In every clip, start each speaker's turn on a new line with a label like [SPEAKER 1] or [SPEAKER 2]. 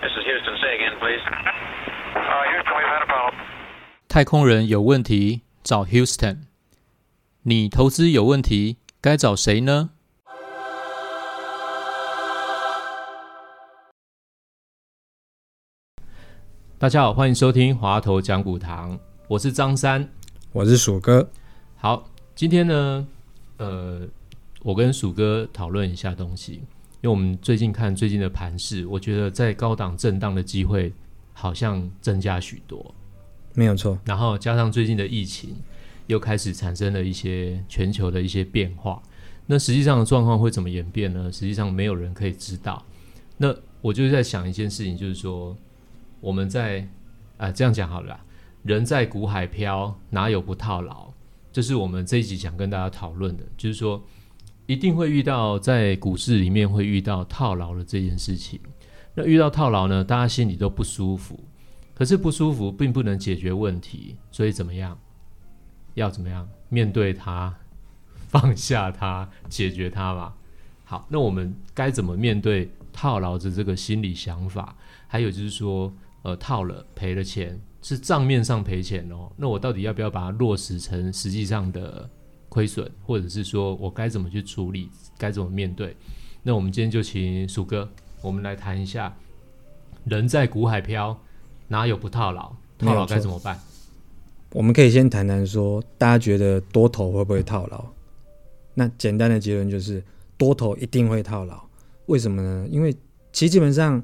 [SPEAKER 1] This is Houston. Say again, please.
[SPEAKER 2] Uh, Houston, we've had a problem.
[SPEAKER 3] 太空人有问题找 Houston，你投资有问题该找谁呢？大家好，欢迎收听华头讲股堂，我是张三。
[SPEAKER 4] 我是鼠哥，
[SPEAKER 3] 好，今天呢，呃，我跟鼠哥讨论一下东西，因为我们最近看最近的盘势，我觉得在高档震荡的机会好像增加许多。
[SPEAKER 4] 没有错，
[SPEAKER 3] 然后加上最近的疫情，又开始产生了一些全球的一些变化。那实际上的状况会怎么演变呢？实际上没有人可以知道。那我就在想一件事情，就是说我们在啊、这样讲好了啦，人在股海飘，哪有不套牢？这是我们这一集想跟大家讨论的，就是说一定会遇到在股市里面会遇到套牢的这件事情。那遇到套牢呢，大家心里都不舒服。可是不舒服并不能解决问题，所以怎么样？要怎么样面对它，放下它，解决它嘛？好，那我们该怎么面对套牢的这个心理想法？还有就是说，呃，套了赔了钱，是账面上赔钱哦。那我到底要不要把它落实成实际上的亏损，或者是说我该怎么去处理，该怎么面对？那我们今天就请鼠哥，我们来谈一下，人在股海飘，哪有不套牢？
[SPEAKER 4] 没
[SPEAKER 3] 套
[SPEAKER 4] 有
[SPEAKER 3] 牢该
[SPEAKER 4] 错
[SPEAKER 3] 怎么办？
[SPEAKER 4] 我们可以先谈谈说，大家觉得多头会不会套牢？那简单的结论就是，多头一定会套牢。为什么呢？因为其实基本上，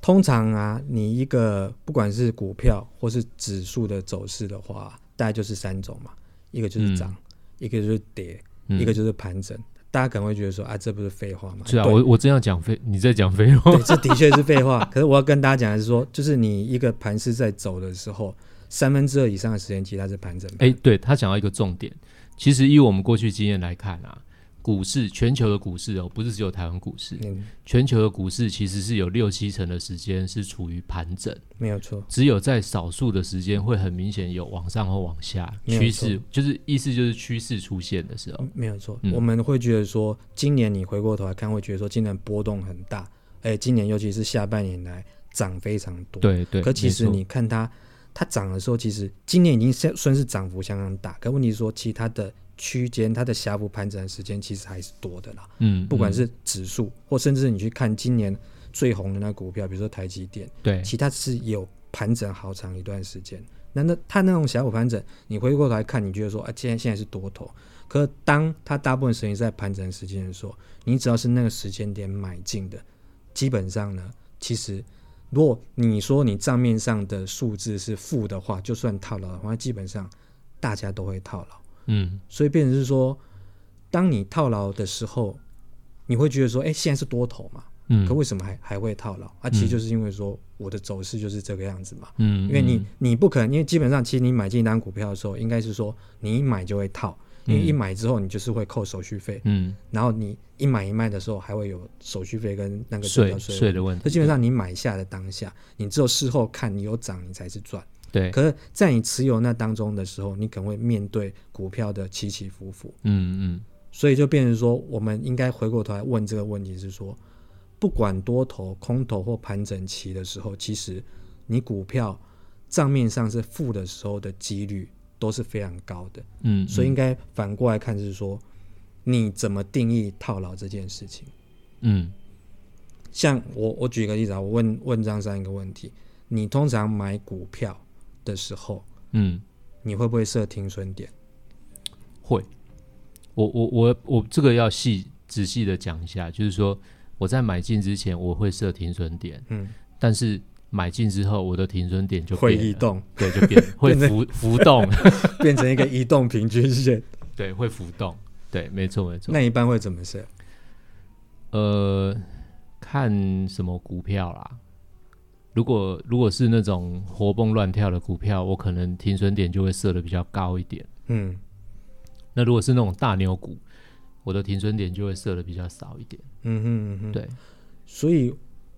[SPEAKER 4] 通常啊，你一个不管是股票或是指数的走势的话，大概就是三种嘛，一个就是涨，一个就是跌，
[SPEAKER 3] 嗯
[SPEAKER 4] 一个就是盘整。大家可能会觉得说，啊，这不是废话吗？
[SPEAKER 3] 是啊，
[SPEAKER 4] 对
[SPEAKER 3] 我我正要讲废，你在讲废话。
[SPEAKER 4] 对，这的确是废话。可是我要跟大家讲的是说，就是你一个盘势在走的时候，三分之二以上的时间其实它是盘整。
[SPEAKER 3] 哎，对他讲到一个重点，其实以我们过去经验来看啊，股市全球的股市哦，不是只有台湾股市，
[SPEAKER 4] 嗯，
[SPEAKER 3] 全球的股市其实是有六七成的时间是处于盘整，
[SPEAKER 4] 没有错，
[SPEAKER 3] 只有在少数的时间会很明显有往上或往下
[SPEAKER 4] 没有
[SPEAKER 3] 趋
[SPEAKER 4] 错
[SPEAKER 3] 势，就是意思就是趋势出现的时候，
[SPEAKER 4] 没有错。
[SPEAKER 3] 嗯
[SPEAKER 4] 我们会觉得说，今年你回过头来看，会觉得说今年波动很大，哎，今年尤其是下半年来涨非常多。。
[SPEAKER 3] 对对。
[SPEAKER 4] 可其
[SPEAKER 3] 没
[SPEAKER 4] 实
[SPEAKER 3] 错
[SPEAKER 4] 你看它，它涨的时候，其实今年已经算算是涨幅相当大。可问题是说，其他的区间它的狭幅盘整的时间其实还是多的啦。
[SPEAKER 3] 嗯，
[SPEAKER 4] 不管
[SPEAKER 3] 嗯
[SPEAKER 4] 是指数，或甚至你去看今年最红的那股票，比如说台积电，
[SPEAKER 3] 对
[SPEAKER 4] 其他是有盘整好长一段时间。那那它那种小股盘整，你回过头来看，你觉得说啊，现在现在是多头，可当它大部分时间是在盘整的时间的时候，你只要是那个时间点买进的，基本上呢，其实如果你说你账面上的数字是负的话，就算套牢的话，基本上大家都会套牢。
[SPEAKER 3] 嗯
[SPEAKER 4] 所以变成是说，当你套牢的时候，你会觉得说，哎、现在是多头嘛，可
[SPEAKER 3] 嗯
[SPEAKER 4] 为什么还还会套牢？啊，其实就是因为说我的走势就是这个样子嘛。
[SPEAKER 3] 嗯，
[SPEAKER 4] 因为你
[SPEAKER 3] 嗯
[SPEAKER 4] 你不可能，因为基本上其实你买进一单股票的时候，应该是说你一买就会套，因为一买之后你就是会扣手续费，
[SPEAKER 3] 嗯
[SPEAKER 4] 然后你一买一卖的时候还会有手续费跟那个证
[SPEAKER 3] 税
[SPEAKER 4] 交
[SPEAKER 3] 税
[SPEAKER 4] 税。
[SPEAKER 3] 的问题，
[SPEAKER 4] 这基本上你买下的当下，你只有事后看你有涨你才是赚。
[SPEAKER 3] 对，
[SPEAKER 4] 可是，在你持有那当中的时候，你可能会面对股票的起起伏伏，
[SPEAKER 3] 嗯嗯
[SPEAKER 4] 所以就变成说，我们应该回过头来问这个问题是说，不管多头、空头或盘整期的时候，其实你股票账面上是负的时候的几率都是非常高的，
[SPEAKER 3] 嗯，
[SPEAKER 4] 所以
[SPEAKER 3] 嗯
[SPEAKER 4] 应该反过来看是说，你怎么定义套牢这件事情？
[SPEAKER 3] 嗯
[SPEAKER 4] 像我，我举个例子啊，我问问张三一个问题：你通常买股票的时候，
[SPEAKER 3] 嗯
[SPEAKER 4] 你会不会设停损点？
[SPEAKER 3] 会，我我我我这个要细仔细的讲一下，就是说我在买进之前我会设停损点，
[SPEAKER 4] 嗯，
[SPEAKER 3] 但是买进之后我的停损点就
[SPEAKER 4] 会
[SPEAKER 3] 变
[SPEAKER 4] 移
[SPEAKER 3] 了，
[SPEAKER 4] 动，
[SPEAKER 3] 对，就 变了会
[SPEAKER 4] 变成
[SPEAKER 3] 浮浮动，
[SPEAKER 4] 变成一个移动平均线，
[SPEAKER 3] 对，会浮动， 对，没错没错
[SPEAKER 4] 那。一般会怎么设？
[SPEAKER 3] 呃，看什么股票啦？如果如果是那种活蹦乱跳的股票，我可能停损点就会设的比较高一点。
[SPEAKER 4] 嗯，
[SPEAKER 3] 那如果是那种大牛股，我的停损点就会设的比较少一点。
[SPEAKER 4] 嗯哼嗯哼，
[SPEAKER 3] 对，
[SPEAKER 4] 所以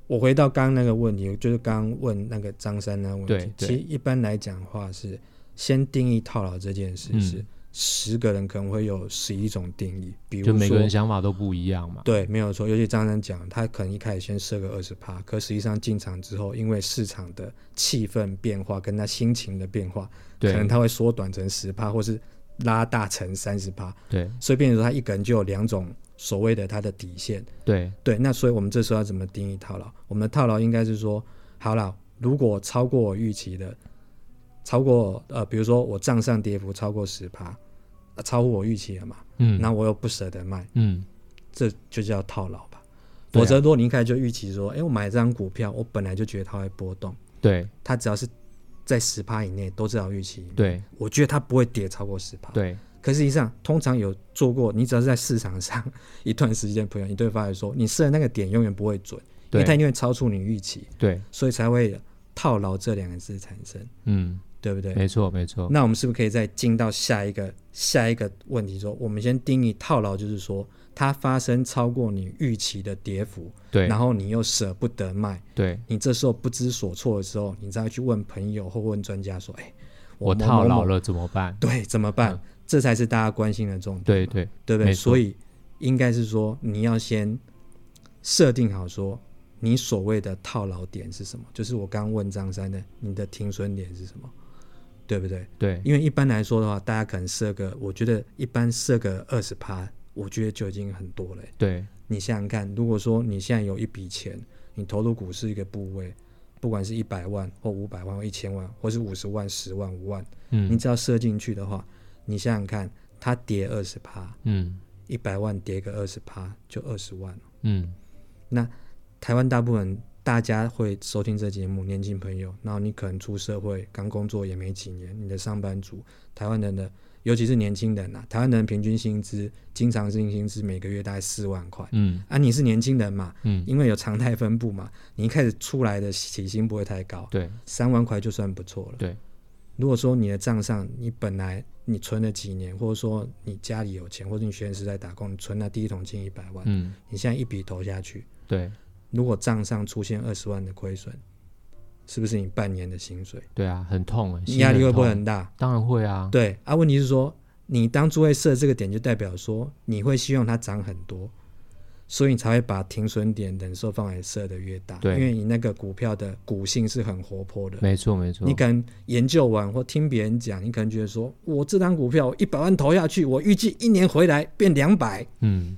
[SPEAKER 4] 我回到刚刚那个问题，就是刚刚问那个张三那个问
[SPEAKER 3] 对
[SPEAKER 4] 题。
[SPEAKER 3] 对
[SPEAKER 4] 其实一般来讲的话是先定义套牢这件事
[SPEAKER 3] 嗯
[SPEAKER 4] 是，十个人可能会有十一种定义，比如
[SPEAKER 3] 就
[SPEAKER 4] 说
[SPEAKER 3] 每个人想法都不一样嘛。
[SPEAKER 4] 对，没有错。尤其张三讲，他可能一开始先设个二十趴，可实际上进场之后，因为市场的气氛变化跟他心情的变化，可
[SPEAKER 3] 对
[SPEAKER 4] 能他会缩短成十趴，或是拉大成三十趴，
[SPEAKER 3] 对
[SPEAKER 4] 所以变成说他一个人就有两种所谓的他的底线。
[SPEAKER 3] 对
[SPEAKER 4] 对，那所以我们这时候要怎么定义套牢？我们的套牢应该是说，好啦，如果超过我预期的，超过呃，比如说我账上跌幅超过十趴、呃超乎我预期了嘛，
[SPEAKER 3] 嗯
[SPEAKER 4] 那我又不舍得卖，
[SPEAKER 3] 嗯
[SPEAKER 4] 这就叫套牢吧。
[SPEAKER 3] 对啊
[SPEAKER 4] 否则，如果你一开始就预期说，哎、我买这张股票，我本来就觉得它会波动，
[SPEAKER 3] 对
[SPEAKER 4] 它只要是在十趴以内，都至少预期。，
[SPEAKER 3] 对
[SPEAKER 4] 我觉得它不会跌超过十趴。
[SPEAKER 3] 对
[SPEAKER 4] 可实际上，通常有做过，你只要是在市场上 一段时间的朋友，你都会发现说，你设的那个点永远不会准，因为它
[SPEAKER 3] 对
[SPEAKER 4] 一定会超出你预期，
[SPEAKER 3] 对，
[SPEAKER 4] 所以才会套牢这两个字产生，
[SPEAKER 3] 嗯，
[SPEAKER 4] 对不对？
[SPEAKER 3] 没错没错，
[SPEAKER 4] 那我们是不是可以再进到下一个下一个问题说我们先定义套牢，就是说它发生超过你预期的跌幅，
[SPEAKER 3] 对
[SPEAKER 4] 然后你又舍不得卖，
[SPEAKER 3] 对
[SPEAKER 4] 你这时候不知所措的时候，你再去问朋友或问专家说，哎，
[SPEAKER 3] 我
[SPEAKER 4] 某
[SPEAKER 3] 套
[SPEAKER 4] 某
[SPEAKER 3] 牢
[SPEAKER 4] 某，
[SPEAKER 3] 了嗯怎么办？
[SPEAKER 4] 对，怎么办？这才是大家关心的重点。
[SPEAKER 3] 对对
[SPEAKER 4] 对不
[SPEAKER 3] 没
[SPEAKER 4] 对？
[SPEAKER 3] 错
[SPEAKER 4] 所以应该是说，你要先设定好说你所谓的套牢点是什么，就是我刚问张三的，你的停损点是什么，对不对？
[SPEAKER 3] 对
[SPEAKER 4] 因为一般来说的话，大家可能设个，我觉得一般设个二十趴，我觉得就已经很多了欸。
[SPEAKER 3] 对
[SPEAKER 4] 你想想看，如果说你现在有一笔钱，你投入股市一个部位，不管是一百万或五百万或一千万，或是五十万、十万、五万，你
[SPEAKER 3] 嗯
[SPEAKER 4] 只要设进去的话，你想想看，它跌二十趴，
[SPEAKER 3] 嗯
[SPEAKER 4] 一百万跌个二十趴，就二十万了。
[SPEAKER 3] 嗯
[SPEAKER 4] 那台湾大部分人大家会收听这节目，年轻朋友，然后你可能出社会刚工作也没几年，你的上班族，台湾人的，尤其是年轻人啊，台湾人平均薪资，经常性薪资每个月大概四万块。
[SPEAKER 3] 嗯
[SPEAKER 4] 啊，你是年轻人嘛，
[SPEAKER 3] 嗯，
[SPEAKER 4] 因为有常态分布嘛，你一开始出来的起薪不会太高，
[SPEAKER 3] 对
[SPEAKER 4] 三万块就算不错了。
[SPEAKER 3] 对
[SPEAKER 4] 如果说你的账上你本来你存了几年，或者说你家里有钱，或者你学生时代打工，你存了第一桶金一百万，
[SPEAKER 3] 嗯
[SPEAKER 4] 你现在一笔投下去，
[SPEAKER 3] 对
[SPEAKER 4] 如果账上出现二十万的亏损，是不是你半年的薪水？
[SPEAKER 3] 对啊，很痛啊，
[SPEAKER 4] 你
[SPEAKER 3] 心
[SPEAKER 4] 压力会不会
[SPEAKER 3] 痛
[SPEAKER 4] 很大？
[SPEAKER 3] 当然会啊，
[SPEAKER 4] 对啊，问题是说你当初会设这个点，就代表说你会希望它涨很多，所以你才会把停损点忍受范围设得越大，因
[SPEAKER 3] 对
[SPEAKER 4] 为你那个股票的股性是很活泼的，
[SPEAKER 3] 没错没错
[SPEAKER 4] 你，可能研究完或听别人讲，你可能觉得说，我这张股票一百万投下去，我预计一年回来变两百，
[SPEAKER 3] 嗯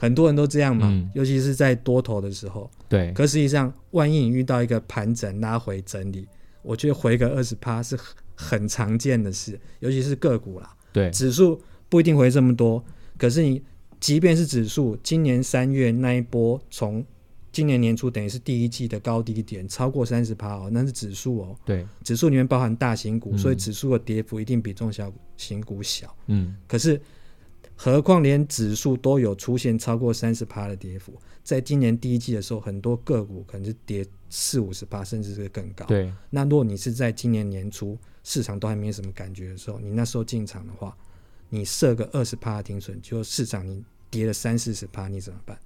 [SPEAKER 4] 很多人都这样嘛，
[SPEAKER 3] 嗯
[SPEAKER 4] 尤其是在多头的时候。
[SPEAKER 3] 对
[SPEAKER 4] 可实际上，万一你遇到一个盘整拉回整理，我觉得回个二十趴是很很常见的事，尤其是个股啦，
[SPEAKER 3] 对
[SPEAKER 4] 指数不一定回这么多，可是你即便是指数，今年三月那一波从。今年年初等于是第一季的高低点超过三十趴哦，那是指数哦。
[SPEAKER 3] 对
[SPEAKER 4] 指数里面包含大型股，
[SPEAKER 3] 嗯
[SPEAKER 4] 所以指数的跌幅一定比中小型股小。
[SPEAKER 3] 嗯
[SPEAKER 4] 可是，何况连指数都有出现超过三十趴的跌幅，在今年第一季的时候，很多个股可能是跌四五十趴，甚至是更高。，
[SPEAKER 3] 对
[SPEAKER 4] 那如果你是在今年年初市场都还没什么感觉的时候，你那时候进场的话，你设个二十趴的停损，就市场你跌了三四十趴，你怎么办？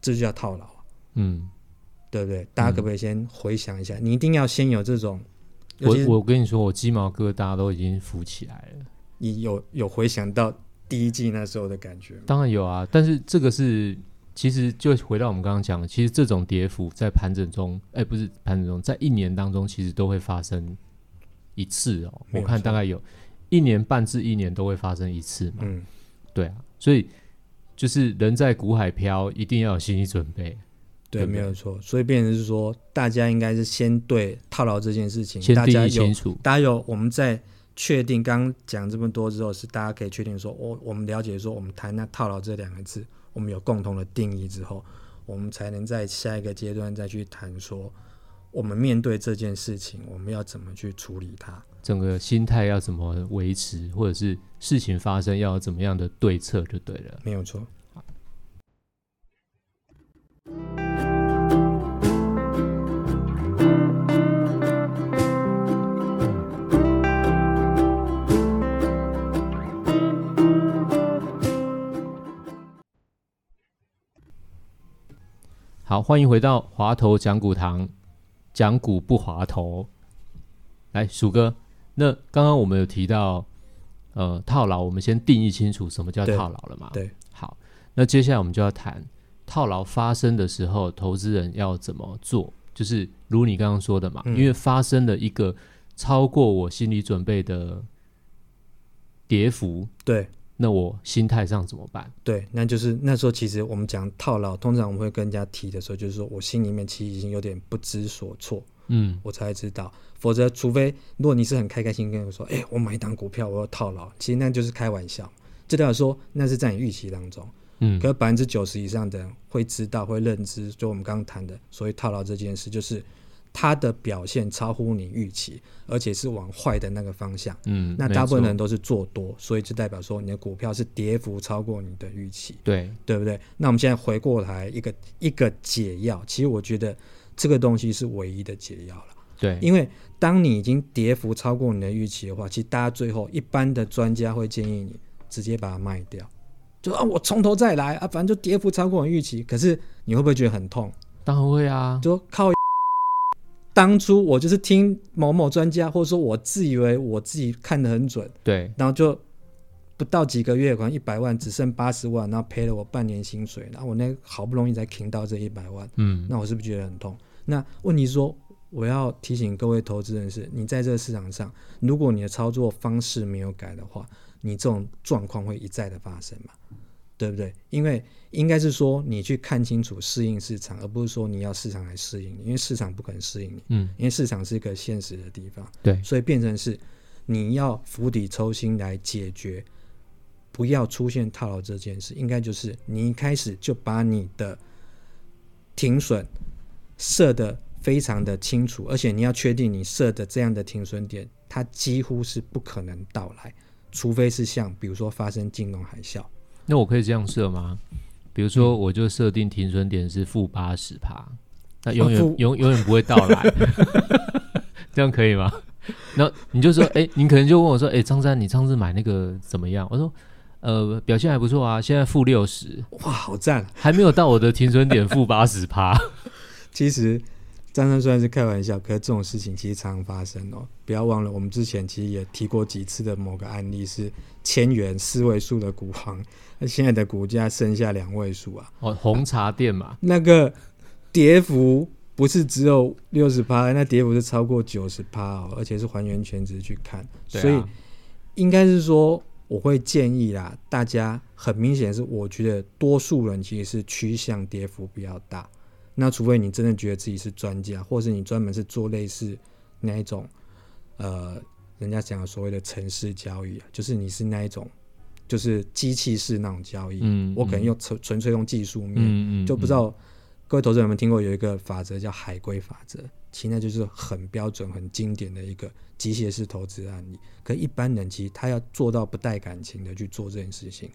[SPEAKER 4] 这就叫套牢啊。
[SPEAKER 3] 嗯。
[SPEAKER 4] 对不对？大家可不可以先回想一下？你一定要先有这种，尤
[SPEAKER 3] 我
[SPEAKER 4] 其是
[SPEAKER 3] 我跟你说，我鸡毛疙瘩都已经浮起来了。
[SPEAKER 4] 你有有回想到第一季那时候的感觉吗？
[SPEAKER 3] 当然有啊，但是这个是其实就回到我们刚刚讲的，其实这种跌幅在盘整中，哎，不是盘整中，在一年当中其实都会发生一次哦。
[SPEAKER 4] 没
[SPEAKER 3] 我
[SPEAKER 4] 有
[SPEAKER 3] 看
[SPEAKER 4] 错
[SPEAKER 3] 大概有一年半至一年都会发生一次嘛。
[SPEAKER 4] 嗯，
[SPEAKER 3] 对啊，所以就是人在股海飘，一定要有心理准备，
[SPEAKER 4] 对，
[SPEAKER 3] 对不
[SPEAKER 4] 没
[SPEAKER 3] 对
[SPEAKER 4] 有错。所以变成是说，大家应该是先对套牢这件事情，
[SPEAKER 3] 先
[SPEAKER 4] 嗯大
[SPEAKER 3] 定
[SPEAKER 4] 家
[SPEAKER 3] 义
[SPEAKER 4] 有
[SPEAKER 3] 清，楚。
[SPEAKER 4] 大家有，我们在确定刚刚讲这么多之后，是大家可以确定说，哦我我们了解说，我们谈那套牢这两个字，我们有共同的定义之后，我们才能在下一个阶段再去谈说，我们面对这件事情，我们要怎么去处理它。
[SPEAKER 3] 整个心态要怎么维持，或者是事情发生要有怎么样的对策就对了。
[SPEAKER 4] 没有错。
[SPEAKER 3] 好，欢迎回到滑头讲股堂，讲股不滑头。来，鼠哥，那刚刚我们有提到，呃套牢，我们先定义清楚什么叫
[SPEAKER 4] 对
[SPEAKER 3] 套牢了嘛？
[SPEAKER 4] 对。
[SPEAKER 3] 好，那接下来我们就要谈套牢发生的时候，投资人要怎么做？就是如你刚刚说的嘛，
[SPEAKER 4] 嗯
[SPEAKER 3] 因为发生了一个超过我心理准备的跌幅，
[SPEAKER 4] 对
[SPEAKER 3] 那我心态上怎么办？
[SPEAKER 4] 对，那就是那时候其实我们讲套牢，通常我们会跟人家提的时候，就是说我心里面其实已经有点不知所措，
[SPEAKER 3] 嗯，
[SPEAKER 4] 我才知道。否则，除非如果你是很开开心心跟我说，哎、我买一档股票，我要套牢，其实那就是开玩笑。这代表说那是在你预期当中。
[SPEAKER 3] 嗯
[SPEAKER 4] 可是百分之九十以上的人会知道、会认知，就我们刚刚谈的所谓套牢这件事，就是它的表现超乎你预期，而且是往坏的那个方向。
[SPEAKER 3] 嗯，
[SPEAKER 4] 那大部
[SPEAKER 3] 没
[SPEAKER 4] 分
[SPEAKER 3] 错
[SPEAKER 4] 人都是做多，所以就代表说你的股票是跌幅超过你的预期，
[SPEAKER 3] 对，
[SPEAKER 4] 对不对？那我们现在回过来一个一个解药，其实我觉得这个东西是唯一的解药了。
[SPEAKER 3] 对，
[SPEAKER 4] 因为当你已经跌幅超过你的预期的话，其实大家最后一般的专家会建议你直接把它卖掉，就啊我从头再来啊，反正就跌幅超过我预期。可是你会不会觉得很痛？
[SPEAKER 3] 当然会啊，
[SPEAKER 4] 就说靠， 当初我就是听某某专家，或者说我自以为我自己看得很准，
[SPEAKER 3] 对，
[SPEAKER 4] 然后就不到几个月，可能一百万只剩八十万，然后赔了我半年薪水，然后我那好不容易才停到这一百万，
[SPEAKER 3] 嗯，
[SPEAKER 4] 那我是不是觉得很痛？那问题是说，我要提醒各位投资人是，你在这个市场上，如果你的操作方式没有改的话，你这种状况会一再的发生嘛，对不对？因为应该是说你去看清楚适应市场，而不是说你要市场来适应你，因为市场不可能适应你，
[SPEAKER 3] 嗯，
[SPEAKER 4] 因为市场是一个现实的地方，
[SPEAKER 3] 对，
[SPEAKER 4] 所以变成是你要釜底抽薪来解决。不要出现套牢这件事，应该就是你一开始就把你的停损设的非常的清楚，而且你要确定你设的这样的停损点，它几乎是不可能到来，除非是像比如说发生金融海啸，
[SPEAKER 3] 那我可以这样设吗？比如说，
[SPEAKER 4] 嗯
[SPEAKER 3] 我就设定停损点是负八十趴，那永远、
[SPEAKER 4] 啊负
[SPEAKER 3] 永永远不会到 来，这样可以吗？那你就说，哎、你可能就问我说，哎、张三，你上次买那个怎么样？我说，呃，表现还不错啊，现在负六十，
[SPEAKER 4] 哇，好赞！啊
[SPEAKER 3] 还没有到我的停损点负八十 趴。
[SPEAKER 4] 其实张三虽然是开玩笑，可是这种事情其实常常发生哦。不要忘了，我们之前其实也提过几次的某个案例是千元四位数的股行，那现在的股价剩下两位数啊，
[SPEAKER 3] 哦，红茶店嘛，
[SPEAKER 4] 那个跌幅不是只有六十趴，那跌幅是超过九十趴哦，而且是还原全值去看，
[SPEAKER 3] 对啊
[SPEAKER 4] 所以应该是说，我会建议啦，大家很明显是，我觉得多数人其实是趋向跌幅比较大，那除非你真的觉得自己是专家，或是你专门是做类似那一种，呃，人家讲的所谓的城市交易啊，就是你是那一种。就是机器式那种交易，
[SPEAKER 3] 嗯
[SPEAKER 4] 我可能
[SPEAKER 3] 嗯
[SPEAKER 4] 用纯纯粹用技术面，
[SPEAKER 3] 嗯嗯，
[SPEAKER 4] 就不知道各位投资人有没有听过有一个法则叫海龟法则，其实那就是很标准、很经典的一个机械式投资案例。可一般人其实他要做到不带感情的去做这件事情，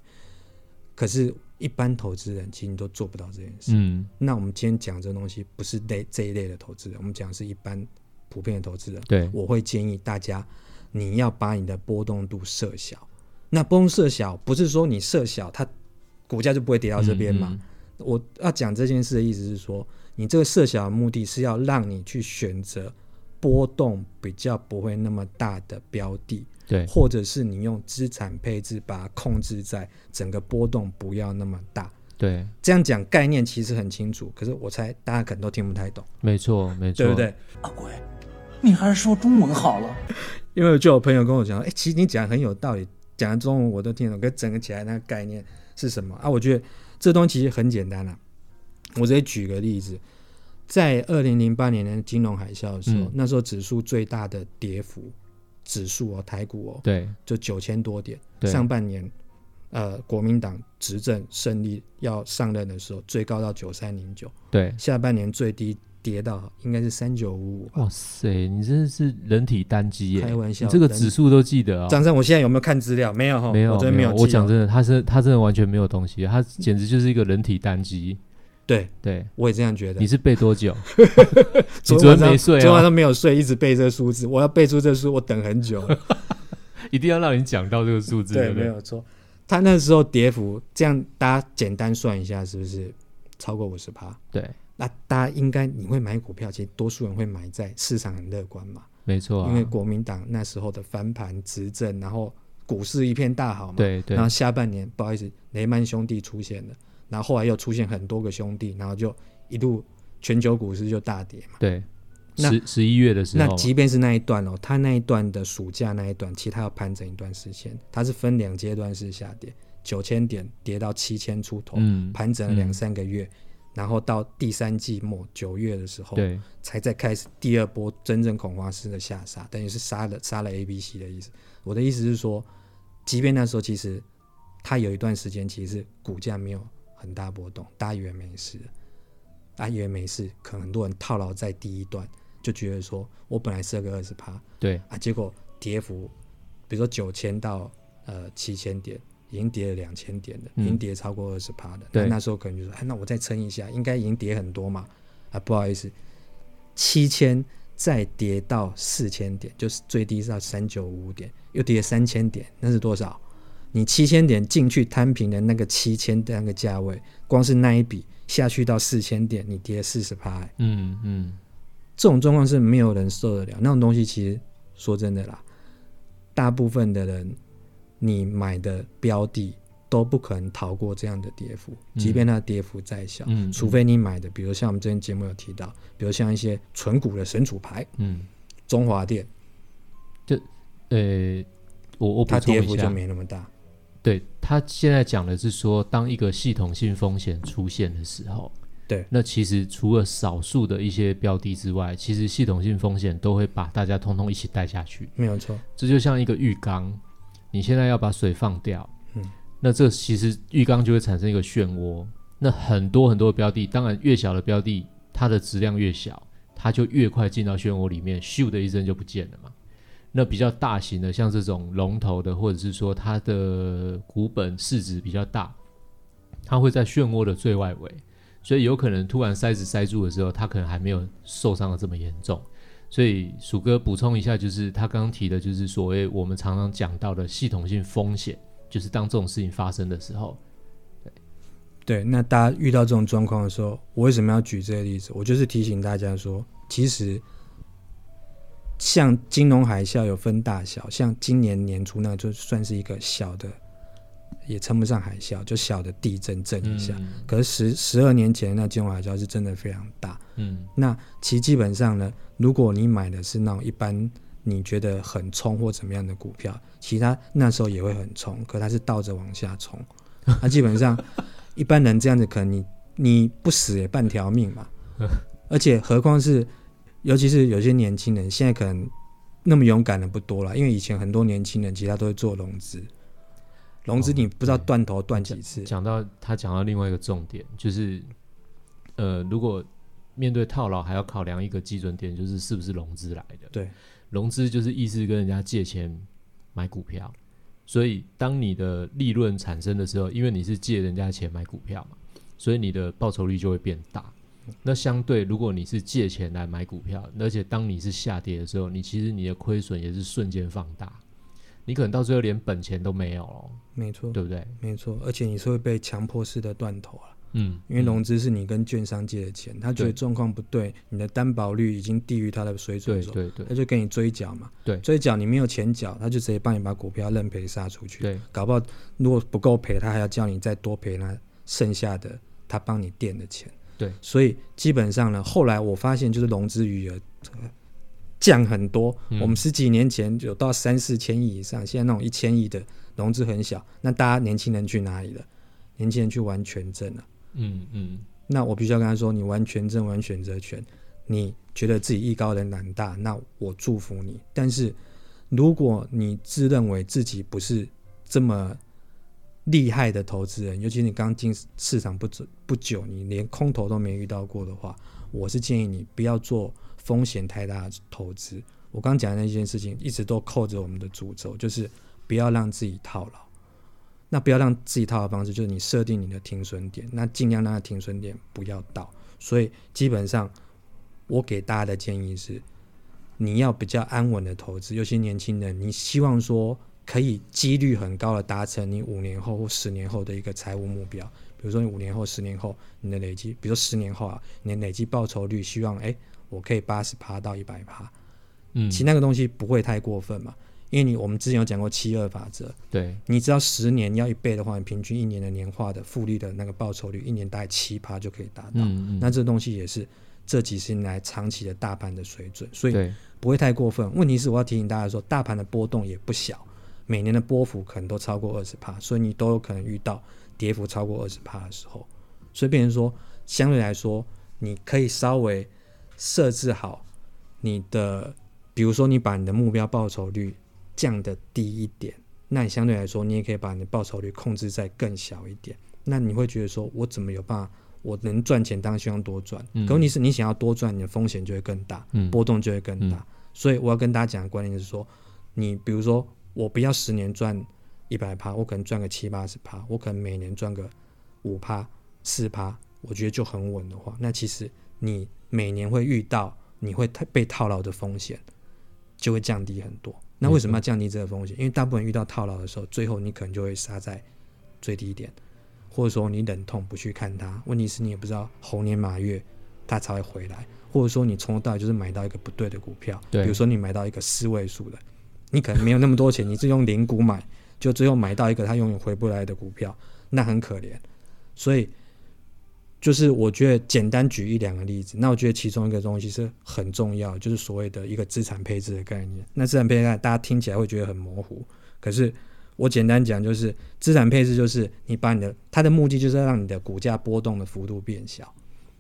[SPEAKER 4] 可是，一般投资人其实你都做不到这件事。
[SPEAKER 3] 嗯，
[SPEAKER 4] 那我们今天讲这东西不是类这一类的投资人，我们讲的是一般普遍的投资人。
[SPEAKER 3] 对
[SPEAKER 4] 我会建议大家，你要把你的波动度设小。那波动设小，不是说你设小，它股价就不会跌到这边嘛。
[SPEAKER 3] 嗯嗯
[SPEAKER 4] 我要讲这件事的意思是说，你这个设小的目的是要让你去选择波动比较不会那么大的标的，
[SPEAKER 3] 对，
[SPEAKER 4] 或者是你用资产配置把它控制在整个波动不要那么大。
[SPEAKER 3] 对，
[SPEAKER 4] 这样讲概念其实很清楚，可是我猜大家可能都听不太懂，
[SPEAKER 3] 没错，没错，
[SPEAKER 4] 对不？对？
[SPEAKER 5] 阿鬼，你还是说中文好了。
[SPEAKER 4] 因为就有朋友跟我讲，哎、其实你讲得很有道理，讲的中文我都听得懂，可是整个起来那个概念是什么啊？我觉得这东西其实很简单啦、啊我直接举个例子，在二零零八年的金融海啸的时候，
[SPEAKER 3] 嗯
[SPEAKER 4] 那时候指数最大的跌幅，指数哦，台股哦，
[SPEAKER 3] 对，
[SPEAKER 4] 就九千多点。
[SPEAKER 3] 对
[SPEAKER 4] 上半年，呃，国民党执政胜利要上任的时候，最高到九三零九，
[SPEAKER 3] 对。
[SPEAKER 4] 下半年最低跌到应该是三九五五吧。
[SPEAKER 3] 哇塞，你真的是人体单机耶！
[SPEAKER 4] 开玩笑
[SPEAKER 3] 你这个
[SPEAKER 4] 人
[SPEAKER 3] 指数都记得啊、
[SPEAKER 4] 张三，我现在有没有看资料？没有哈，
[SPEAKER 3] 没有，
[SPEAKER 4] 我昨天没有记哦。
[SPEAKER 3] 我讲真的，他是他真的完全没有东西，他简直就是一个人体单机。
[SPEAKER 4] 对，
[SPEAKER 3] 对，
[SPEAKER 4] 我也这样觉得。
[SPEAKER 3] 你是背多 久？你
[SPEAKER 4] 昨
[SPEAKER 3] 昨天
[SPEAKER 4] 晚上
[SPEAKER 3] 没睡
[SPEAKER 4] 昨天晚
[SPEAKER 3] 啊？
[SPEAKER 4] 上没有睡，一直背这个数字。我要背出这个数，我等 很久了。
[SPEAKER 3] 一定要让你讲到这个数字，对
[SPEAKER 4] 对，
[SPEAKER 3] 不
[SPEAKER 4] 没
[SPEAKER 3] 对？
[SPEAKER 4] 有错。他那时候跌幅这样，大家简单算一下，是不是超过五十趴？
[SPEAKER 3] 对，
[SPEAKER 4] 那大家应该你会买股票，其实多数人会买在市场很乐观嘛，
[SPEAKER 3] 没错
[SPEAKER 4] 因为
[SPEAKER 3] 啊。
[SPEAKER 4] 国民党那时候的翻盘执政，然后股市一片大好嘛，
[SPEAKER 3] 对对
[SPEAKER 4] 然后下半年不好意思，雷曼兄弟出现了，然后后来又出现很多个兄弟，然后就一路全球股市就大跌嘛。
[SPEAKER 3] 对，
[SPEAKER 4] 那
[SPEAKER 3] 十十一月的时
[SPEAKER 4] 那
[SPEAKER 3] 候啊嘛，
[SPEAKER 4] 即便是那一段哦，它那一段的暑假那一段，其实它要盘整一段时间，它是分两阶段式下跌，九千点跌到七千出头，
[SPEAKER 3] 嗯
[SPEAKER 4] 盘整了两三个月，然后到第三季末九月的时候，
[SPEAKER 3] 对
[SPEAKER 4] 才再开始第二波真正恐慌式的下杀，等于是杀了杀了 A、B、C 的意思。我的意思是说，即便那时候其实它有一段时间其实是股价没有很大波动，大家以为没事了，大家以为没事，可能很多人套牢在第一段，就觉得说我本来设个二十趴
[SPEAKER 3] 对
[SPEAKER 4] 啊，结果跌幅，比如说九千到呃七千点。已经跌了两千点了，已经
[SPEAKER 3] 嗯
[SPEAKER 4] 跌超过二十趴了。
[SPEAKER 3] 对
[SPEAKER 4] 那那时候可能就说，哎，那我再撑一下，应该已经跌很多嘛。啊，不好意思，七千再跌到四千点，就是最低是到三九五点，又跌三千点，那是多少？你七千点进去摊平的那个七千那个价位，光是那一笔下去到四千点，你跌四十趴，欸
[SPEAKER 3] 嗯嗯，
[SPEAKER 4] 这种状况是没有人受得了。那种东西其实说真的啦，大部分的人你买的标的都不可能逃过这样的跌幅，即便它跌幅再小，
[SPEAKER 3] 嗯嗯嗯
[SPEAKER 4] 除非你买的，比如像我们之前节目有提到，比如像一些纯股的神主牌，
[SPEAKER 3] 嗯，
[SPEAKER 4] 中华电，
[SPEAKER 3] 呃，我我补
[SPEAKER 4] 它跌
[SPEAKER 3] 充
[SPEAKER 4] 幅
[SPEAKER 3] 一
[SPEAKER 4] 就
[SPEAKER 3] 下，
[SPEAKER 4] 没那么大。
[SPEAKER 3] 对他现在讲的是说，当一个系统性风险出现的时候，
[SPEAKER 4] 对
[SPEAKER 3] 那其实除了少数的一些标的之外，其实系统性风险都会把大家通通一起带下去。
[SPEAKER 4] 没有错，
[SPEAKER 3] 这就像一个浴缸，你现在要把水放掉，
[SPEAKER 4] 嗯
[SPEAKER 3] 那这其实浴缸就会产生一个漩涡。那很多很多的标的，当然越小的标的，它的质量越小，它就越快进到漩涡里面，咻的一声就不见了嘛。那比较大型的，像这种龙头的，或者是说它的股本市值比较大，它会在漩涡的最外围，所以有可能突然塞子塞住的时候，它可能还没有受伤的这么严重。所以鼠哥补充一下，就是他刚刚提的，就是所谓我们常常讲到的系统性风险，就是当这种事情发生的时候，
[SPEAKER 4] 对。那大家遇到这种状况的时候，我为什么要举这个例子？我就是提醒大家说，其实像金融海啸有分大小，像今年年初那就算是一个小的，也称不上海啸，就小的地震震一下。
[SPEAKER 3] 嗯
[SPEAKER 4] 可是十十二年前的那金融海啸是真的非常大，
[SPEAKER 3] 嗯
[SPEAKER 4] 那其实基本上呢，如果你买的是那种一般你觉得很冲或怎么样的股票，其实它那时候也会很冲，可它是倒着往下冲。那基本上一般人这样子，可能你你不死也半条命嘛。而且何况是，尤其是有些年轻人，现在可能那么勇敢的不多了，因为以前很多年轻人其实他都会做融资，融资你不知道断头断几次。
[SPEAKER 3] 讲到他讲到另外一个重点，就是呃，如果面对套牢，还要考量一个基准点，就是是不是融资来的。
[SPEAKER 4] 对，
[SPEAKER 3] 融资就是意思跟人家借钱买股票，所以当你的利润产生的时候，因为你是借人家钱买股票嘛，所以你的报酬率就会变大。那相对，如果你是借钱来买股票，而且当你是下跌的时候，你其实你的亏损也是瞬间放大，你可能到最后连本钱都没有了，
[SPEAKER 4] 没错，
[SPEAKER 3] 对不对？
[SPEAKER 4] 没错。而且你是会被强迫式的断头啊。
[SPEAKER 3] 嗯，
[SPEAKER 4] 因为融资是你跟券商借的钱，他觉得
[SPEAKER 3] 对
[SPEAKER 4] 状况不对，你的担保率已经低于他的水准
[SPEAKER 3] 对
[SPEAKER 4] 的时候，
[SPEAKER 3] 对对
[SPEAKER 4] 他就给你追缴嘛。
[SPEAKER 3] 对
[SPEAKER 4] 追缴你没有钱缴，他就直接帮你把股票认赔杀出去。
[SPEAKER 3] 对，
[SPEAKER 4] 搞不好如果不够赔，他还要叫你再多赔他剩下的他帮你垫的钱。
[SPEAKER 3] 对
[SPEAKER 4] 所以基本上呢，后来我发现就是融资余额、呃降很多，
[SPEAKER 3] 嗯
[SPEAKER 4] 我们十几年前有到三四千亿以上，现在那种一千亿的融资很小，那大家年轻人去哪里了？年轻人去玩权证啊了。
[SPEAKER 3] 嗯嗯，
[SPEAKER 4] 那我必须要跟他说，你完全正完选择权，你觉得自己艺高人胆大，那我祝福你。但是如果你自认为自己不是这么厉害的投资人，尤其你刚进市场不久不久，你连空头都没遇到过的话，我是建议你不要做风险太大的投资。我刚讲的那件事情一直都扣着我们的主轴，就是不要让自己套牢。那不要让自己套的方式就是你设定你的停损点，那尽量让它停损点不要到。所以基本上，我给大家的建议是，你要比较安稳的投资，尤其年轻人，你希望说可以几率很高的达成你五年后或十年后的一个财务目标。比如说你五年后、十年后你的累积，比如说十年后啊，你的累积报酬率希望哎，我可以八十趴到一百趴。
[SPEAKER 3] 嗯
[SPEAKER 4] 其实那个东西不会太过分嘛，因为你我们之前有讲过七二法则，
[SPEAKER 3] 嗯对，
[SPEAKER 4] 你知道十年要一倍的话，你平均一年的年化的复利的那个报酬率，一年大概七趴就可以达到。
[SPEAKER 3] 嗯
[SPEAKER 4] 那这东西也是这几十年来长期的大盘的水准，所以
[SPEAKER 3] 对，
[SPEAKER 4] 不会太过分。问题是我要提醒大家说，大盘的波动也不小，每年的波幅可能都超过二十趴，所以你都有可能遇到跌幅超过二十趴的时候。所以变成说，相对来说，你可以稍微设置好你的，比如说你把你的目标报酬率降的低一点，那你相对来说，你也可以把你的报酬率控制在更小一点。那你会觉得说，我怎么有办法？我能赚钱，当然希望多赚。
[SPEAKER 3] 嗯
[SPEAKER 4] 可问题是你想要多赚，你的风险就会更大，
[SPEAKER 3] 嗯
[SPEAKER 4] 波动就会更大。
[SPEAKER 3] 嗯
[SPEAKER 4] 所以我要跟大家讲的观念是说，你比如说，我不要十年赚一百趴，我可能赚个七八十趴，我可能每年赚个五趴、四趴，我觉得就很稳的话，那其实你每年会遇到你会太被套牢的风险就会降低很多。那为什么要降低这个风险？因为大部分遇到套牢的时候，最后你可能就会杀在最低点，或者说你忍痛不去看它。问题是你也不知道猴年马月它才会回来，或者说你从头到尾就是买到一个不对的股票，
[SPEAKER 3] 对
[SPEAKER 4] 比如说你买到一个四位数的，你可能没有那么多钱，你是用零股买，就最后买到一个它永远回不来的股票，那很可怜。所以就是我觉得简单举一两个例子，那我觉得其中一个东西是很重要，就是所谓的一个资产配置的概念。那资产配置概念大家听起来会觉得很模糊，可是我简单讲，就是资产配置就是你把你的它的目的就是要让你的股价波动的幅度变小。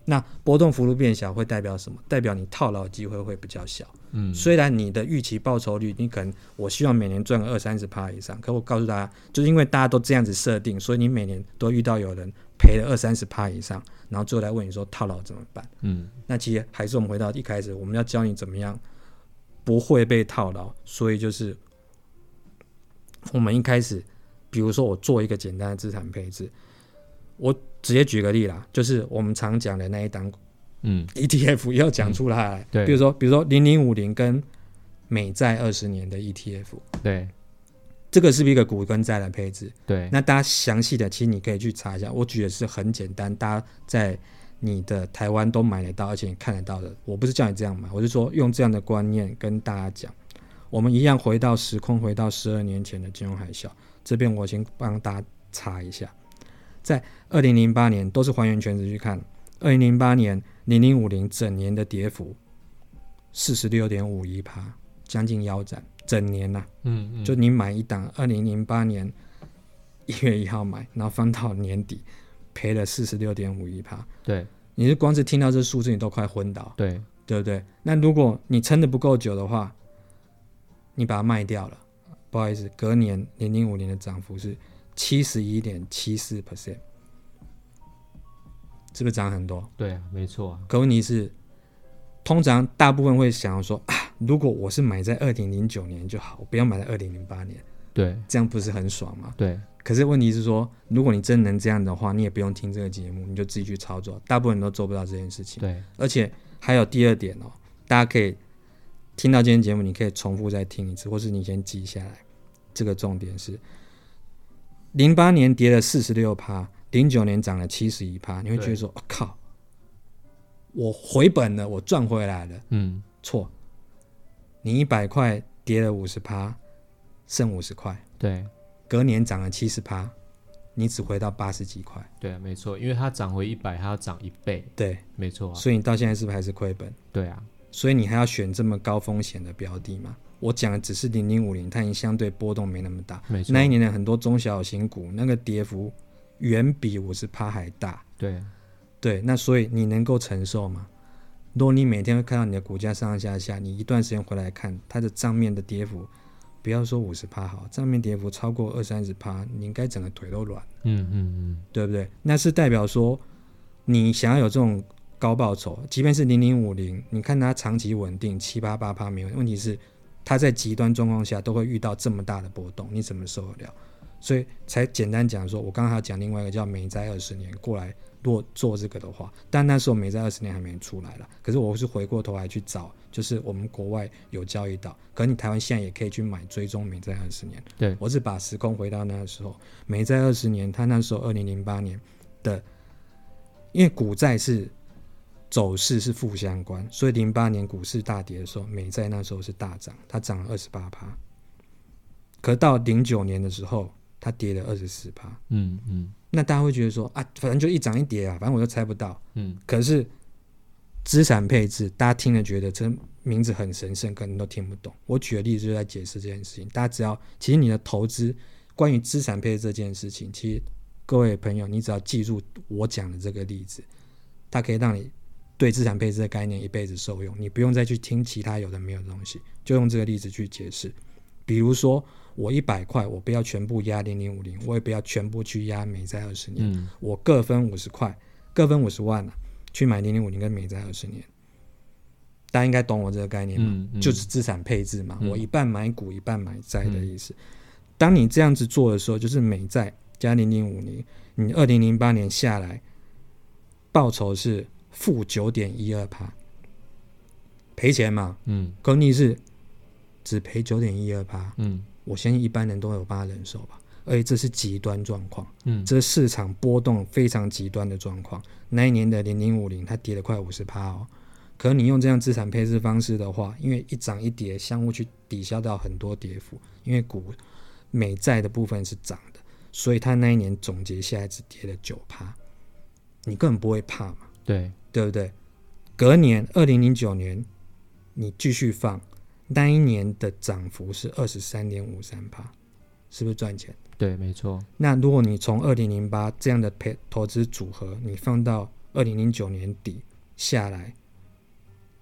[SPEAKER 4] 那波动幅度变小会代表什么？代表你套牢的机会会比较小。
[SPEAKER 3] 嗯
[SPEAKER 4] 虽然你的预期报酬率，你可能我希望每年赚个二三十趴以上，可我告诉大家，就是因为大家都这样子设定，所以你每年都遇到有人赔了二三十趴以上，然后最后来问你说套牢怎么办？
[SPEAKER 3] 嗯
[SPEAKER 4] 那其实还是我们回到一开始，我们要教你怎么样不会被套牢。所以就是我们一开始，比如说我做一个简单的资产配置，我直接举个例啦，就是我们常讲的那一档
[SPEAKER 3] 嗯
[SPEAKER 4] ETF 要讲出来，
[SPEAKER 3] 对
[SPEAKER 4] 比如说比如说零零五零跟美债二十年的 ETF，
[SPEAKER 3] 对
[SPEAKER 4] 这个是不是一个股跟债的配置？
[SPEAKER 3] 对，
[SPEAKER 4] 那大家详细的，其实你可以去查一下。我举的是很简单，大家在你的台湾都买得到，而且你看得到的。我不是叫你这样买，我是说用这样的观念跟大家讲。我们一样回到时空，回到十二年前的金融海啸。这边我先帮大家查一下，在二零零八年都是还原全值去看。二零零八年零零五零整年的跌幅四十六点五一趴，将近腰斩，整年啊呐、
[SPEAKER 3] 嗯嗯
[SPEAKER 4] 就你买一档，二零零八年一月一号买，然后翻到年底赔了四十六点五一趴。
[SPEAKER 3] 对
[SPEAKER 4] 你是光是听到这数字，你都快昏倒，
[SPEAKER 3] 对
[SPEAKER 4] 对不对？那如果你撑的不够久的话，你把它卖掉了，不好意思，隔年零零五年的涨幅是七十一点七四 percent，是不是涨很多？
[SPEAKER 3] 对啊，没错啊，
[SPEAKER 4] 可问题是，通常大部分会想要说啊，如果我是买在二零零九年就好，我不要买在二零零八年。
[SPEAKER 3] 对
[SPEAKER 4] 这样不是很爽吗？
[SPEAKER 3] 对
[SPEAKER 4] 可是问题是说，如果你真能这样的话，你也不用听这个节目，你就自己去操作。大部分人都做不到这件事情。
[SPEAKER 3] 对，
[SPEAKER 4] 而且还有第二点哦，大家可以听到今天节目，你可以重复再听一次，或是你先记下来。这个重点是，零八年跌了四十六趴，零九年涨了七十一趴，你会觉得说，我、靠，我回本了，我赚回来了。
[SPEAKER 3] 嗯
[SPEAKER 4] 错，你一百块跌了五十趴，剩五十块。
[SPEAKER 3] 对
[SPEAKER 4] 隔年涨了七十趴，你只回到八十几块，
[SPEAKER 3] 对啊，没错，因为它涨回一百，它要涨一倍，
[SPEAKER 4] 对，
[SPEAKER 3] 没错啊，
[SPEAKER 4] 所以你到现在是不是还是亏本？
[SPEAKER 3] 对啊，
[SPEAKER 4] 所以你还要选这么高风险的标的嘛？我讲的只是零零五零，它已经相对波动没那么大。
[SPEAKER 3] 没错
[SPEAKER 4] 那一年的很多中小型股那个跌幅远比五十趴还大，
[SPEAKER 3] 对
[SPEAKER 4] 对，那所以你能够承受吗？如果你每天会看到你的股价上上下下，你一段时间回来看它的账面的跌幅，不要说五十趴好，账面跌幅超过二三十趴，你应该整个腿都软了。
[SPEAKER 3] 嗯嗯
[SPEAKER 4] 对不对？那是代表说你想要有这种高报酬，即便是零零五零，你看它长期稳定七八八趴没有问题是，它在极端状况下都会遇到这么大的波动，你怎么受得了？所以才简单讲说，我刚刚还有讲另外一个叫美债二十年过来，如果做这个的话，但那时候美债二十年还没出来了，可是我是回过头来去找，就是我们国外有交易到，可你台湾现在也可以去买追踪美债二十年，
[SPEAKER 3] 嗯，对
[SPEAKER 4] 我是把时空回到那个时候，美债二十年，它那时候二零零八年的，因为股债是走势是负相关，所以零八年股市大跌的时候，美债那时候是大涨，它涨了二十八趴。可到零九年的时候，它跌了二十四趴。
[SPEAKER 3] 嗯嗯
[SPEAKER 4] 那大家会觉得说啊，反正就一涨一跌啊，反正我都猜不到。
[SPEAKER 3] 嗯，
[SPEAKER 4] 可是资产配置，大家听了觉得这名字很神圣，可能都听不懂。我举的例子就在解释这件事情。大家只要，其实你的投资关于资产配置这件事情，其实各位朋友，你只要记住我讲的这个例子，它可以让你对资产配置的概念一辈子受用，你不用再去听其他有的没有的东西，就用这个例子去解释。比如说，我一百块，我不要全部压零零五零，我也不要全部去压美债二十年，
[SPEAKER 3] 嗯
[SPEAKER 4] 我各分五十块，各分五十万、啊、去买零零五零跟美债二十年。大家应该懂我这个概念嘛？
[SPEAKER 3] 嗯嗯
[SPEAKER 4] 就是资产配置嘛，
[SPEAKER 3] 嗯
[SPEAKER 4] 我一半买股，一半买债的意思。当你这样子做的时候，就是美债加零零五零，你二零零八年下来，报酬是负九点一二趴，赔钱嘛？
[SPEAKER 3] 嗯
[SPEAKER 4] 可问题是只赔九点一二趴，
[SPEAKER 3] 嗯
[SPEAKER 4] 我相信一般人都有办法忍受吧。而且这是极端状况，
[SPEAKER 3] 嗯，
[SPEAKER 4] 这是市场波动非常极端的状况。那一年的零零五零，它跌了快五十趴哦。可你用这样资产配置方式的话，因为一涨一跌，相互去抵消掉很多跌幅，因为股美债的部分是涨的，所以它那一年总结下来只跌了九趴，你根本不会怕嘛。
[SPEAKER 3] 对，
[SPEAKER 4] 对不对？隔年二零零九年，你继续放，那一年的涨幅是二十三点五三趴，是不是赚钱？
[SPEAKER 3] 对，没错，
[SPEAKER 4] 那如果你从二零零八这样的配投资组合，你放到二零零九年底下来，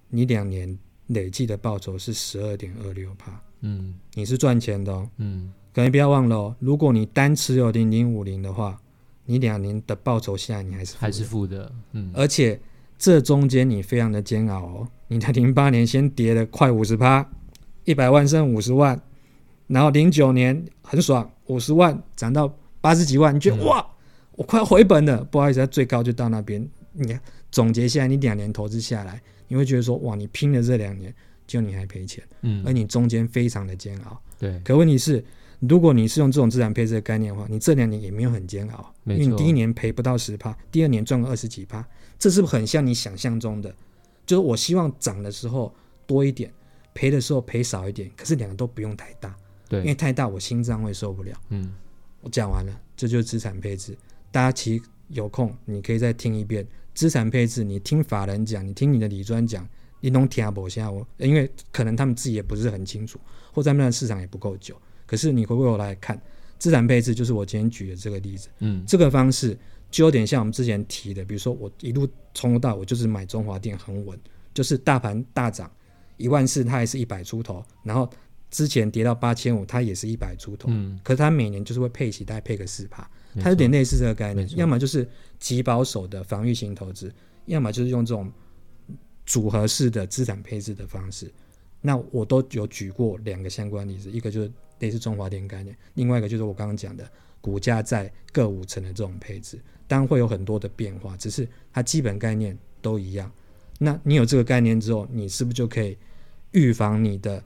[SPEAKER 4] 你两年累计的报酬是十二点二六趴，
[SPEAKER 3] 嗯
[SPEAKER 4] 你是赚钱的哦。
[SPEAKER 3] 嗯
[SPEAKER 4] 可能不要忘了哦，如果你单持有零零五零的话，你两年的报酬下来你还是负
[SPEAKER 3] 还是
[SPEAKER 4] 的
[SPEAKER 3] 负的，嗯
[SPEAKER 4] 而且这中间你非常的煎熬哦。你在零八年先跌了快五十趴，一百万剩五十万，然后零九年很爽，五十万涨到八十几万，你觉得、哇，我快要回本了。不好意思，它最高就到那边。你总结下来，你两年投资下来，你会觉得说哇，你拼了这两年，就你还赔钱，而
[SPEAKER 3] 嗯，
[SPEAKER 4] 你中间非常的煎熬。
[SPEAKER 3] 对，
[SPEAKER 4] 可问题是，如果你是用这种资产配置的概念的话，你这两年也没有很煎熬，
[SPEAKER 3] 没错
[SPEAKER 4] 因为你第一年赔不到十趴，第二年赚个二十几趴，这是不是很像你想象中的？就是我希望涨的时候多一点，赔的时候赔少一点，可是两个都不用太大，因为
[SPEAKER 3] 对，
[SPEAKER 4] 太大我心脏会受不了。
[SPEAKER 3] 嗯
[SPEAKER 4] 我讲完了，这就是资产配置。大家其实有空你可以再听一遍资产配置，你听法人讲，你听你的理专讲，你弄听不下我，因为可能他们自己也不是很清楚，或者他们的市场也不够久。可是你回过头来看，资产配置就是我今天举的这个例子，
[SPEAKER 3] 嗯
[SPEAKER 4] 这个方式就有点像我们之前提的，比如说我一路从头到尾就是买中华电很稳，就是大盘大涨一万四，它还是一百出头，然后之前跌到八千五，它也是一百出头，
[SPEAKER 3] 嗯，
[SPEAKER 4] 可是它每年就是会配息，大概配个四趴，
[SPEAKER 3] 没
[SPEAKER 4] 它有点类似这个概
[SPEAKER 3] 没
[SPEAKER 4] 念，
[SPEAKER 3] 错
[SPEAKER 4] 要么就是极保守的防御型投资，要么就是用这种组合式的资产配置的方式。那我都有举过两个相关例子，一个就是类似中华电概念，另外一个就是我刚刚讲的股价在各五成的这种配置，当然会有很多的变化，只是它基本概念都一样。那你有这个概念之后，你是不是就可以预防你的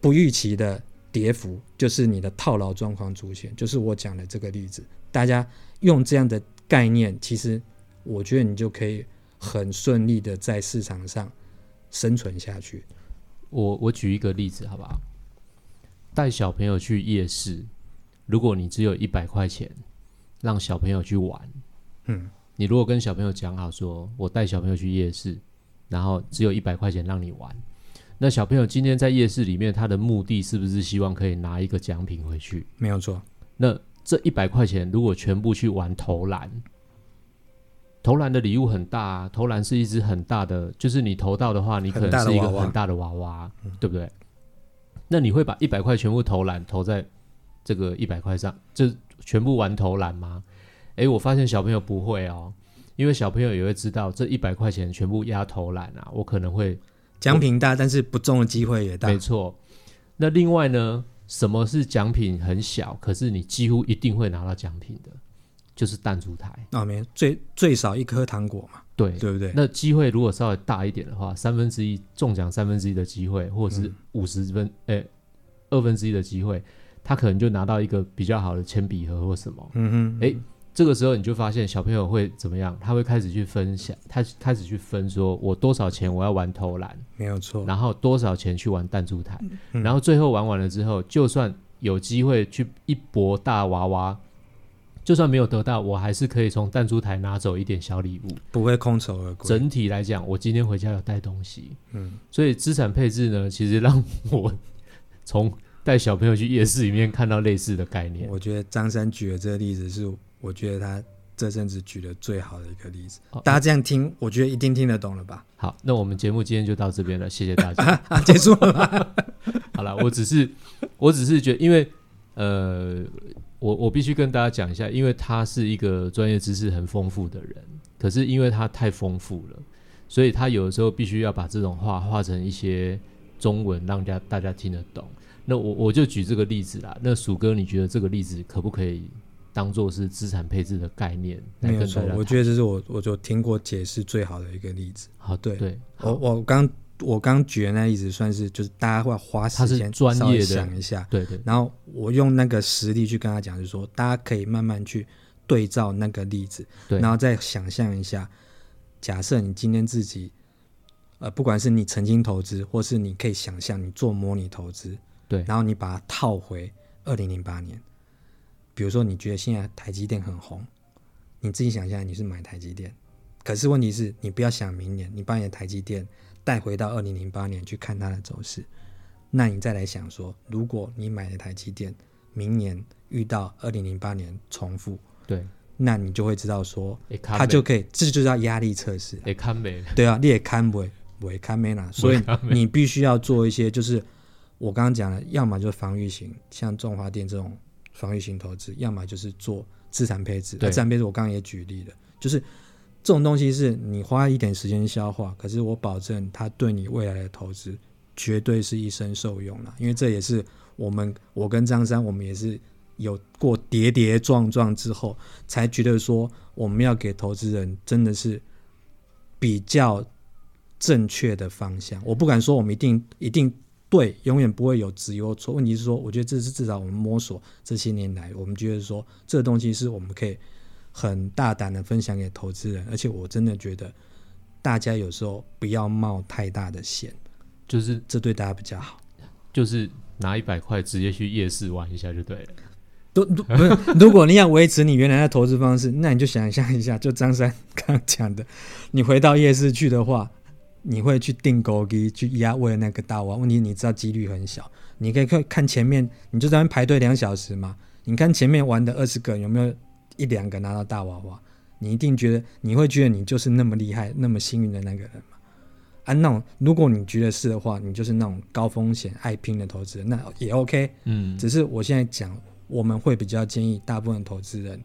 [SPEAKER 4] 不预期的跌幅，就是你的套牢状况出现？就是我讲的这个例子，大家用这样的概念，其实我觉得你就可以很顺利的在市场上生存下去。
[SPEAKER 3] 我我举一个例子好不好？带小朋友去夜市，如果你只有一百块钱，让小朋友去玩，
[SPEAKER 4] 嗯，
[SPEAKER 3] 你如果跟小朋友讲好说，我带小朋友去夜市，然后只有一百块钱让你玩，那小朋友今天在夜市里面，他的目的是不是希望可以拿一个奖品回去？
[SPEAKER 4] 没有错，
[SPEAKER 3] 那这一百块钱如果全部去玩投篮，投篮的礼物很大啊，投篮是一只很大的，就是你投到的话，你可
[SPEAKER 4] 很大
[SPEAKER 3] 能
[SPEAKER 4] 的
[SPEAKER 3] 是一个
[SPEAKER 4] 娃娃嗯
[SPEAKER 3] 很大的娃娃，对不对？那你会把一百块全部投篮投在这个一百块上，就全部玩投篮吗？诶，我发现小朋友不会哦，因为小朋友也会知道这一百块钱全部压投篮啊，我可能会
[SPEAKER 4] 奖品大，但是不中的机会也大
[SPEAKER 3] 没。错。那另外呢，什么是奖品很小，可是你几乎一定会拿到奖品的，就是弹珠台。
[SPEAKER 4] 啊，没最最少一颗糖果嘛，
[SPEAKER 3] 对，
[SPEAKER 4] 对不对？
[SPEAKER 3] 那机会如果稍微大一点的话，三分之一中奖三分之一的机会，或者
[SPEAKER 4] 嗯
[SPEAKER 3] 是五十分，诶、二分之一的机会，他可能就拿到一个比较好的铅笔盒或什么。
[SPEAKER 4] 嗯哼，
[SPEAKER 3] 诶，这个时候你就发现小朋友会怎么样？他会开始去分享，他开始去分说，我多少钱我要玩投篮，
[SPEAKER 4] 没有错。
[SPEAKER 3] 然后多少钱去玩弹珠台，然后最后玩完了之后，就算有机会去一搏大娃娃，就算没有得到，我还是可以从弹珠台拿走一点小礼物。
[SPEAKER 4] 不会空手而归。
[SPEAKER 3] 整体来讲，我今天回家有带东西，嗯，所以资产配置呢，其实让我从带小朋友去夜市里面看到类似的概念。
[SPEAKER 4] 我觉得张三举的这个例子是，我觉得他这阵子举的最好的一个例子
[SPEAKER 3] 哦。
[SPEAKER 4] 大家这样听，我觉得一定听得懂了吧？
[SPEAKER 3] 好，那我们节目今天就到这边了，谢谢大家。
[SPEAKER 4] 啊，结束了吧？
[SPEAKER 3] 好了，我只是，我只是觉得，因为呃，我我必须跟大家讲一下，因为他是一个专业知识很丰富的人，可是因为他太丰富了，所以他有的时候必须要把这种话画成一些中文，让家大家听得懂。那我我就举这个例子啦。那鼠哥，你觉得这个例子可不可以当做是资产配置的概念来
[SPEAKER 4] 没
[SPEAKER 3] 跟
[SPEAKER 4] 有
[SPEAKER 3] 大
[SPEAKER 4] 错
[SPEAKER 3] 家，
[SPEAKER 4] 我
[SPEAKER 3] 谈？
[SPEAKER 4] 觉得这是我我就听过解释最好的一个例子。
[SPEAKER 3] 好，
[SPEAKER 4] 对
[SPEAKER 3] 对，
[SPEAKER 4] 我我刚我刚举的那例子算是就是大家会花时
[SPEAKER 3] 它是
[SPEAKER 4] 间
[SPEAKER 3] 专业的
[SPEAKER 4] 稍微想一下，
[SPEAKER 3] 对对
[SPEAKER 4] 然后我用那个实例去跟他讲，就是说大家可以慢慢去对照那个例子，
[SPEAKER 3] 对
[SPEAKER 4] 然后再想象一下，假设你今天自己，呃，不管是你曾经投资，或是你可以想象你做模拟投资，
[SPEAKER 3] 对
[SPEAKER 4] 然后你把它套回二零零八年，比如说你觉得现在台积电很红，你自己想象你是买台积电，可是问题是你不要想明年，你把你的台积电带回到二零零八年去看它的走势，那你再来想说，如果你买了台积电，明年遇到二零零八年重复，
[SPEAKER 3] 对，
[SPEAKER 4] 那你就会知道说
[SPEAKER 3] 会，卡
[SPEAKER 4] 它就可以，这就叫压力测试啊。
[SPEAKER 3] 得看美，
[SPEAKER 4] 对啊，你也看不会，不会看没啦，所以你必须要做一些，就是我刚刚讲的，要么就是防御型，像中华电这种防御型投资，要么就是做资产配置。啊
[SPEAKER 3] 对
[SPEAKER 4] 那资产配置我刚刚也举例了，就是这种东西是你花一点时间消化，可是我保证它对你未来的投资绝对是一生受用了，因为这也是我们我跟张三我们也是。有过跌跌撞撞之后，才觉得说我们要给投资人真的是比较正确的方向。我不敢说我们一定一定对，永远不会有只有错。问题是说，我觉得这是至少我们摸索这些年来，我们觉得说这个东西是我们可以很大胆的分享给投资人，而且我真的觉得大家有时候不要冒太大的险，
[SPEAKER 3] 就是
[SPEAKER 4] 这对大家比较好。
[SPEAKER 3] 就是拿一百块直接去夜市玩一下就对了。
[SPEAKER 4] 都都不是，如果你要维持你原来的投资方式，那你就想象一下，就张三刚刚讲的，你回到夜市去的话，你会去订狗机去压为了那个大娃，问题你知道几率很小，你可以看看前面，你就在那边排队两小时嘛，你看前面玩的二十个有没有一两个拿到大娃娃，你一定觉得你会觉得你就是那么厉害、那么幸运的那个人嘛。啊，那种如果你觉得是的话，你就是那种高风险爱拼的投资人，那也 OK。
[SPEAKER 3] 嗯，
[SPEAKER 4] 只是我现在讲，我们会比较建议大部分投资人，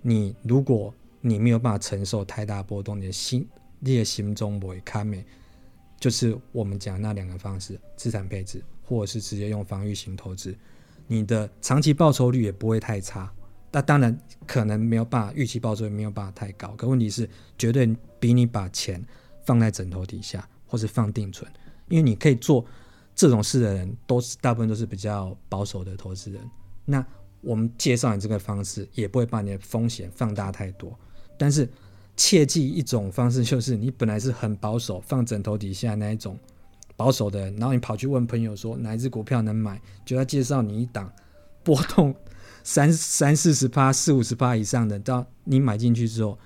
[SPEAKER 4] 你如果你没有办法承受太大波动，你的心，你的心中不会看美，就是我们讲那两个方式：资产配置，或者是直接用防御型投资，你的长期报酬率也不会太差。那当然可能没有办法预期报酬率没有办法太高，可问题是绝对比你把钱放在枕头底下或是放定存，因为你可以做这种事的人都是大部分都是比较保守的投资人。那我们介绍你这个方式，也不会把你的风险放大太多。但是切记一种方式，就是你本来是很保守，放枕头底下那一种保守的人，然后你跑去问朋友说哪一只股票能买，就要介绍你一档波动三三四十趴、四五十趴以上的，到你买进去之后，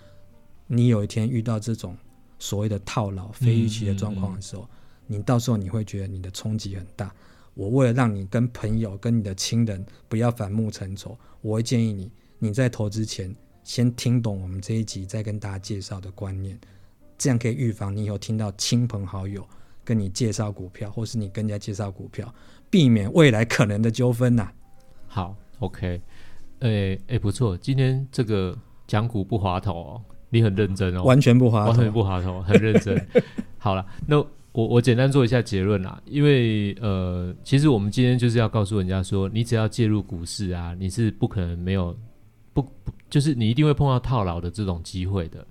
[SPEAKER 4] 你有一天遇到这种所谓的套牢、非预
[SPEAKER 3] 嗯
[SPEAKER 4] 期的状况的时候，你到时候你会觉得你的冲击很大。我为了让你跟朋友、跟你的亲人不要反目成仇，我会建议你，你在投资前先听懂我们这一集再跟大家介绍的观念，这样可以预防你以后听到亲朋好友跟你介绍股票，或是你跟人家介绍股票，避免未来可能的纠纷呐、
[SPEAKER 3] 好，OK，诶、诶、不错，今天这个讲股不滑头哦，你很认真哦，
[SPEAKER 4] 完全不滑
[SPEAKER 3] 完
[SPEAKER 4] 头
[SPEAKER 3] 全。不滑头，很认 真。好了，那我我简单做一下结论啦，因为呃，其实我们今天就是要告诉人家说，你只要介入股市啊，你是不可能没有不不，就是你一定会碰到套牢的这种机会的。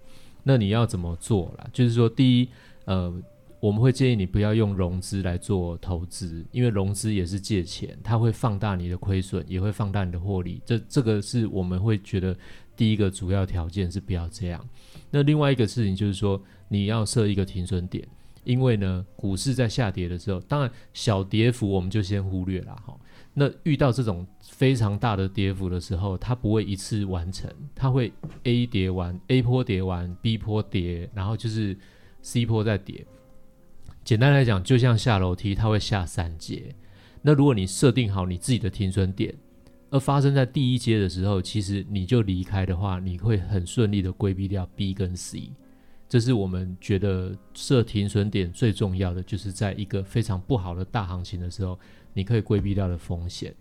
[SPEAKER 3] 那你要怎么做啦？就是说，第一，呃，我们会建议你不要用融资来做投资，因为融资也是借钱，它会放大你的亏损，也会放大你的获利。这这个是我们会觉得第一个主要条件是不要这样。那另外一个事情就是说，你要设一个停损点，因为呢，股市在下跌的时候，当然小跌幅我们就先忽略了哈。那遇到这种非常大的跌幅的时候，它不会一次完成，它会 A 跌完，A 波跌完，B 波跌，然后就是 C 波再跌。简单来讲，就像下楼梯，它会下三阶。那如果你设定好你自己的停损点，而发生在第一阶的时候，其实你就离开的话，你会很顺利的规避掉 B 跟 C。这是我们觉得设停损点最重要的，就是在一个非常不好的大行情的时候，你可以规避掉的风险。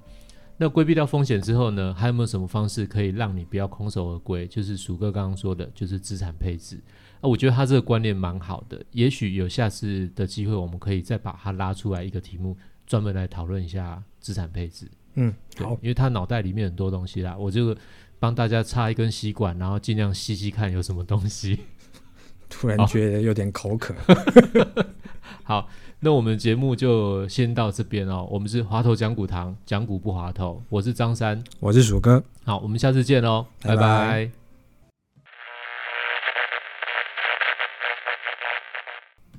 [SPEAKER 3] 那规避掉风险之后呢，还有没有什么方式可以让你不要空手而归？就是鼠哥刚刚说的，就是资产配置。啊，我觉得他这个观念蛮好的，也许有下次的机会，我们可以再把它拉出来一个题目，专门来讨论一下资产配置。
[SPEAKER 4] 嗯，
[SPEAKER 3] 对
[SPEAKER 4] 好，，
[SPEAKER 3] 因为他脑袋里面很多东西啦，我就帮大家插一根吸管，然后尽量吸吸看有什么东西。
[SPEAKER 4] 突然
[SPEAKER 3] 好
[SPEAKER 4] 觉得有点口渴。
[SPEAKER 3] 好，那我们节目就先到这边哦。我们是滑头讲股堂，讲股不滑头，我是张三。
[SPEAKER 4] 我是鼠哥，
[SPEAKER 3] 好，我们下次见哦喽，
[SPEAKER 4] 拜
[SPEAKER 3] 拜
[SPEAKER 4] 拜
[SPEAKER 3] 拜